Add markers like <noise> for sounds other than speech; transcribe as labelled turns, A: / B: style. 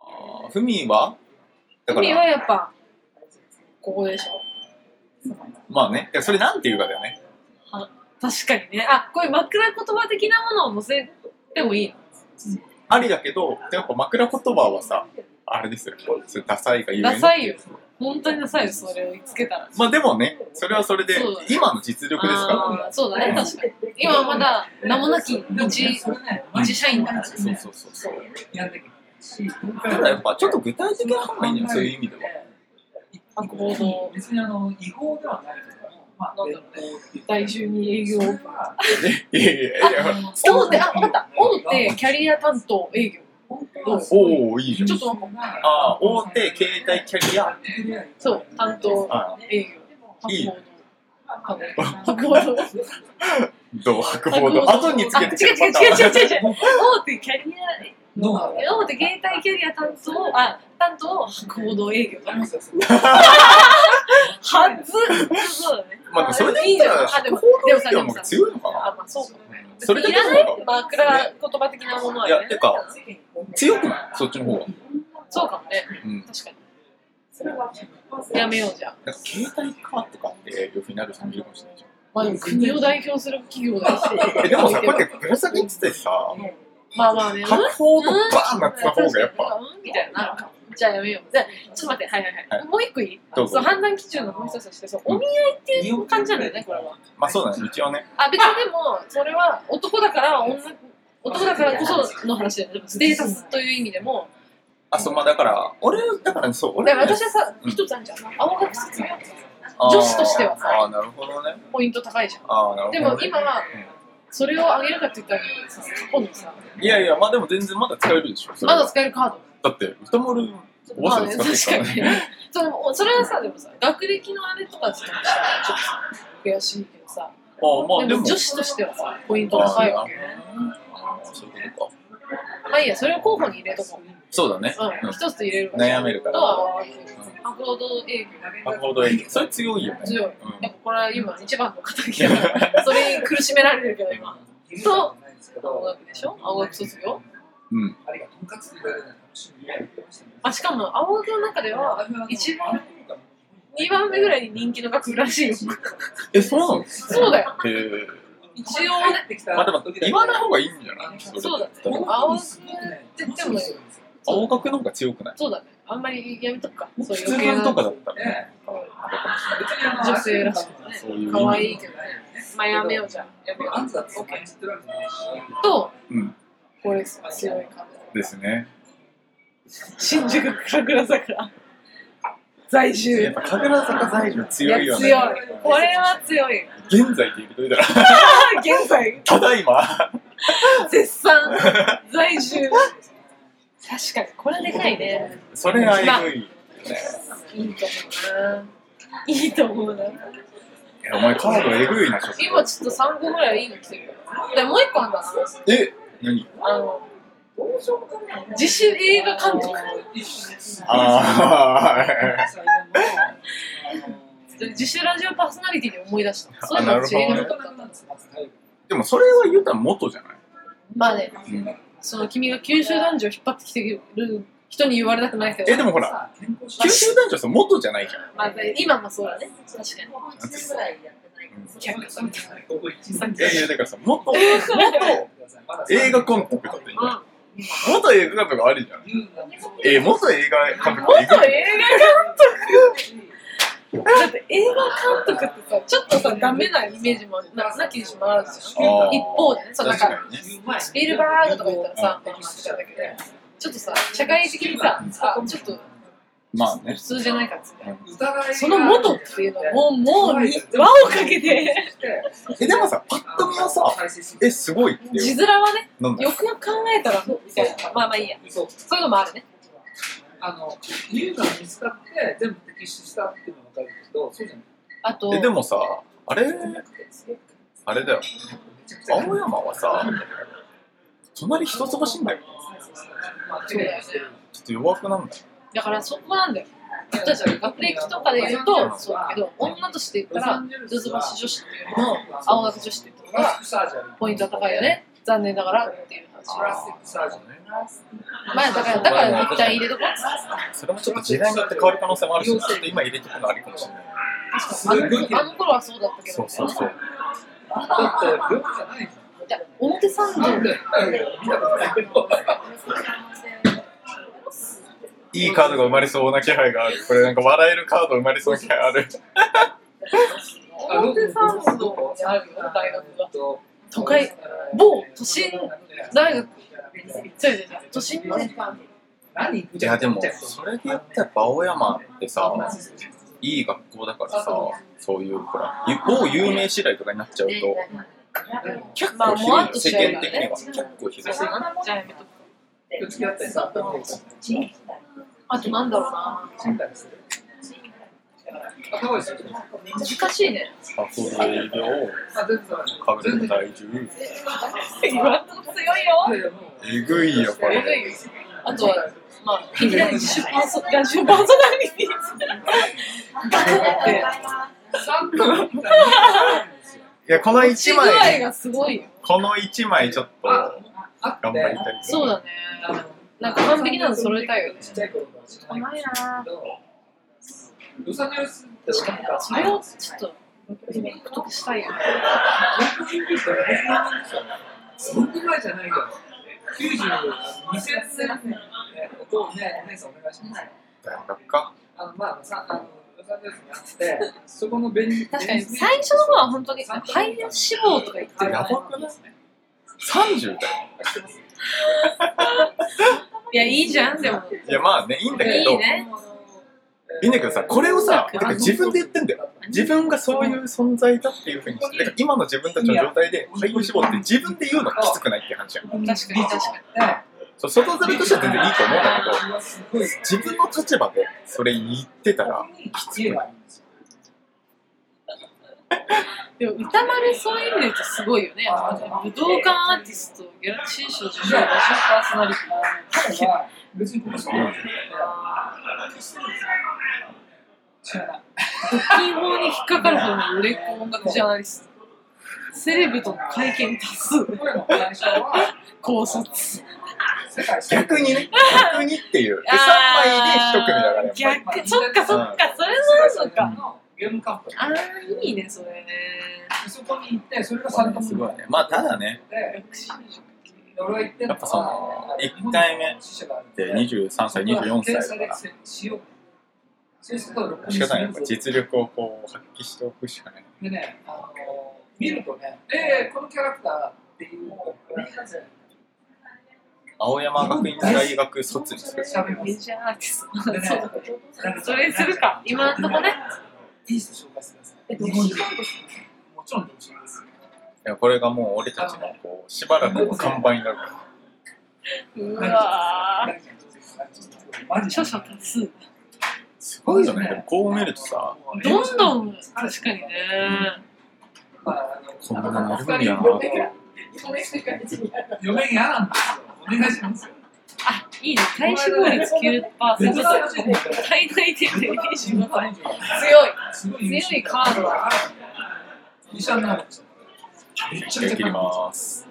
A: あ、ふみはだか
B: 海は
A: ら、
B: やっぱ、ここでしょ。
A: まあね、いやそれなんて言うかだよね。
B: 確かにね。あ、こういう枕言葉的なものを載せてもいい
A: ありだけど、やっぱ枕言葉はさ、あれですよ、こうそれダサいがゆえの
B: ダサいよ。本当にダサいよ、それをつけたら。
A: まあでもね、それはそれで
B: そうだね、
A: 今の実力ですから。
B: あーそうだね、確かに。今まだ名もなき一、一社員だからね。
A: そうそうそうそう。ただやっぱちょっと具体的な方がいいんじゃないそういう意味では。
C: 別にあの違法ではないけども、まあ、伝統っていうか
B: 第中に営業。
A: いやいやいや、
B: 大手、あ、分かった。大手キャリア担当営業。
A: おおいいじゃん。
B: ちょっとなんか、
A: ああ、大手携帯キャリア。
B: そう、担当
A: あ
B: 営業。
A: いい
B: 白報堂。
A: どう白
B: 白
A: 報
B: 報堂。
A: 堂。後につけてく
B: あ
A: る
B: 違う違
A: パ
B: う
A: ターン。
B: 違う違う違う。大手キャリ
C: どう
B: ア、大手携帯キャリア担当、あ、担当白報堂営業だ。はず。そうだね。
A: まあでもそれ
B: い
A: で言
B: い
A: った
B: じゃん
A: ら、
B: あ
A: 白
B: でも
A: 報堂っていうのが強いのかな
B: あ、まあそうか。
A: それで
B: い
A: 言
B: ら
A: う
B: ない
A: のが
B: 枕言葉的なものはね。
A: いやてか強くないそっちの方が。
B: そうかもね。
A: うん。
B: 確かに。やめようじゃあ。
A: なんか携帯かとかっていうふうになる人もいるかもしれないじ
B: まあでも国を代表する企業だし。
A: ゃん。えで <laughs> もさ、こうやってぶら下げててさ、
B: まあまあね。
A: 白報堂バーンなってた方がやっぱ、
B: うんみたいななるかもじゃあやめようじゃあちょっと待ってはいはいはい、
A: は
B: もう一個いい
A: どう
B: そ
A: ぞ
B: う。判断基準のもう一つとしてそうお見合いっていう感じなんだよねこれは
A: まあそうだね、一応ね。
B: あ別にでもそれは男だから女男だからこその話だよねでもステータスという意味でも
A: あ、そう、まあだから、俺、だからそう、俺
B: だから
A: ね、
B: 私はさ
A: うん
B: 一つあるじゃん青学卒業
A: あー
B: 女子としてはさ
A: あー、なるほどね。
B: ポイント高いじゃん
A: あー、なるほど、ね。
B: でも今はそれを上げるかって言ったらさ過去のさ
A: いやいや、まあでも全然まだ使えるでしょ。それ
B: ま
A: は
B: だ使えるカード
A: だって、歌丸、おば
B: ま
A: さ
B: あ
A: ん
B: ね
A: 使
B: 確
A: って
B: か
A: るから
B: に
A: ね。
B: ねそれもそれはさでもさ学歴のあれとかって言ったらちょっとさ悔しいけどさ
A: ああ、まあ
B: で
A: で
B: も
A: も、
B: 女子としてはさ、ポイント
A: あ
B: 高い
A: ー
B: わ
A: あ
B: け。
A: ーそういうことか。
B: まあいいや、それを候補に入れとこう。
A: そうだね。
B: うん、一つ入れるわ。
A: 悩めるから。
B: ああ、白道営業
A: なるほど、それ強いよね。
B: 強い。やっ
A: うん
B: ぱこれは今一番の敵だから、それに苦しめられるけど今。と、青学でしょ青学卒業
A: うん。
B: あ、しかも青学の中では、一番、2番目ぐらいに人気の学部らしいよ。
A: え、そうなの
B: そうだよ。
A: へえ。
B: 一応、
A: まあでも、言わない方がいいんじゃないそれ
B: そうだね
A: ったら
B: 青学って言っても、
A: 青学の方が強くない
B: そうだね。あんまりやめとくか。そう
A: 普
B: いう
A: 通
B: 余計な
A: 班とかだったらね。
B: 女性らしいね。
A: そういう意
B: 可
A: 味。
B: 愛いけどね。まあやめようじゃん。やめよう。と、
A: うん
B: これ強い感
A: ですね。
B: じ。新宿神楽坂。在住。
A: やっぱ神楽坂在住強いよね。
B: いや強い。これは強い。
A: 現在って言うといたら、
B: あ現在、
A: ただいま。
B: 絶賛、在住。確かに、これはでかいね。
A: それはえぐい。
B: いいと思うな。いいと思うな。
A: いやお前カードえぐいな、ちょっ
B: 今ちょっと3個ぐらいいいの来てるよ。でもう一個あんだな。
A: と。え何
B: あの、自主映画監督。
A: あ
B: 自主ラジオパーソナリティで思い出した。そう
A: あ
B: いう
A: な
B: の
A: るほ
B: 自
A: どね
B: 営のことだった。
A: ーでもそれは言うたら元じゃない
B: まあね、
A: うん
B: その君が九州男女を引っ張ってきてる人に言われたくないけど、
A: え、でもほら、九州男女さ、元じゃないじゃん。
B: まあ、今もそうだね。確かに。
A: いやいや、だからさ、元、元映画監督だっていいじゃん元映画監督ありじゃん。え、元映画監督
B: 元映画
A: え
B: 監督だって映画監督ってさ、ちょっとさ、ダメなイメージもななきにしもあるじゃ
A: あー
B: ん。一方でね、そうなん
A: 確か
B: か、
A: にね。
B: スピルバーグとか言ったらさ、話だけど、ちょっとさ、社会的にさ、あちょっと
A: まあね
B: 普。通じゃないかっつって。そ
C: そ
B: の
C: の
B: 元
C: 元
B: っていうのはもう、もうに、輪をかけて、
A: え、でもさ、パッと見はさ、え、すごいって
B: 字面はね、
A: なんだよ
B: よくよく考えたら、みたいな。まあまあいいや。
C: そう
B: そういうのもあるね。
C: あの理由が見つかって全部摘出したっていうのは分かるけどそうじゃない
B: あと、
A: え、でもさ、あれ、あれだよ。
C: めちゃくちゃ
A: 青山はさ、隣人忙しいんだよ。
C: まあ綺麗にしてる
A: ちょっと弱くなんだよ。
B: だからそこなんだよ。私たち学歴とかで言うと、そうだけど、女として言ったら、ズズバシ女子っていうのも、青学女子っていうのが、ポイントは高いよね。残念ながらっていう
C: プラス
B: 話
C: ティックサージョンね。
B: まあだからだから一旦入れとこう
A: それもちょっと時代によって変わる可能性もあるし、ちょっと今入れておくのありかもしれない。
B: 確かにあのあの頃はそうだったけど
A: そうそうそう。
C: だって、病気じゃないじ
B: じゃあ表参
C: ゃん。なん
B: 道
C: で、見たことないけど。
A: いいカードが生まれそうな気配がある。これなんか笑えるカード生まれそうな気配ある。
B: 表参道にあるよ大学が
C: 都
B: 会某都心大学そうですね都心のね
C: 何い
A: いやでも、それで言ったら青山ってさ、いい学校だからさ、そういうほら、某有名次第とかになっちゃうと、結
B: まあ
A: 構
B: もわっ
A: 広
B: と
A: い、世
B: しちゃう
A: 間
B: よ
A: 的に
B: ね
A: は結構広い。
B: じゃあやめとく
C: 付き合ったりさ、
B: あとなんだろうな
C: 死んだりする。頭ですよ。
B: 難しいね
A: あ、そうだね、医療、
C: あ、全然。
A: かぶれ体重。
B: 言わんと強いよ
C: いやいやもう
A: えぐいよ、こ
B: え
A: れ。
B: ぐいよあとはまあいきなり自主パーソ自主パーソナリティ
C: 三分みたいない
A: や、この
B: ち
A: 一
B: 具合
A: 枚、
B: がすごいよ
A: この一枚ちょっと
C: あ
A: 頑
C: あって
A: 張りたい。
B: そうだねなんか完璧なの揃えたいよね
C: ちっちゃい頃か
B: <laughs>
C: ら知らない
B: いな
C: けどロサンゼルスって
B: 確かにそれをちょっとリメイクとかしたいよね
C: 100人ぐらいだからそんな前じゃないから90 2000年ねお父ねお姉さんお願いします
A: 大学か。
C: あのまあさあのロサンゼルスにあってそこの便利
B: 確かに最初の方は本当に肺炎死亡とか言ってるよ
A: や
B: ね
A: ばくない ?30 だよ。
B: いやいいじゃんでも
A: いや、まあね、いいんだけど、
B: いい
A: い
B: ね
A: いんだけどさ、これをさ、てか自分で言ってんだよ。自分がそういう存在だっていうふうにして、てか今の自分たちの状態で俳優志望って自分で言うのはきつくないっていう話やん。
B: 確かに確か
A: そう外面としては全然いいと思うんだけど、
C: すごい
A: 自分の立場でそれ言ってたら、
C: きついわ
B: にでも歌丸そういう意味で言うとすごいよねやっぱ武道館アーティストギャラクシー賞受賞のパーソナリティ
C: 彼は別にこの人なんですよ知らない
B: 腹筋法に引っかかるほどの売れっ子音楽ジャーナリストセレブとの会見多数
C: これの会社は
B: 考察
C: 世界最高
A: 逆にね、逆にっていう。で、3枚で一組だから、やっぱり。
B: 逆そっかそっかそれもそうか
C: のゲームカンパニ
B: あーいいねそれね
C: ーそこに行ってそれが
A: そ
C: サ
A: う
C: ン
A: ね
C: タモ
A: す
C: ン
A: ごいね。まあ、ただね、
C: で俺は行ってんの
A: やっぱその一回目で23歳、24歳だから、
C: しようそうすると
A: 仕方ない。やっぱ実力をこう、発揮しておくしかない。
C: でね、あの見るとねえー、このキャラクターっていうのを
A: 青山学院大学卒にする。
C: 喋りま
B: メ
C: す
B: ジャーアーティスト
C: でね
B: そうそれするか今んとこね
C: いい人紹介してくださ
B: え
C: い
B: でも
C: 日本人もちろん日本人です
A: いやこれがもう俺たちのこうしばらくの看板になるから。
B: うわー著書多数
A: すごいよね。でもこう見るとさ、
B: どんどん確かにね
A: こんなのなるんやなって。
C: 嫁嫌なんですよ。お願いしますよ。
B: あいいね体脂肪率
C: 全
B: 9%
C: 然
B: 体
C: 大丈夫ですよ
B: 内定で25歳
C: すごい
B: 強い強いカードだ。
C: 医者になるんですよ。めちゃ
A: じゃあ
C: めち
A: 切
C: ゃ
A: ります。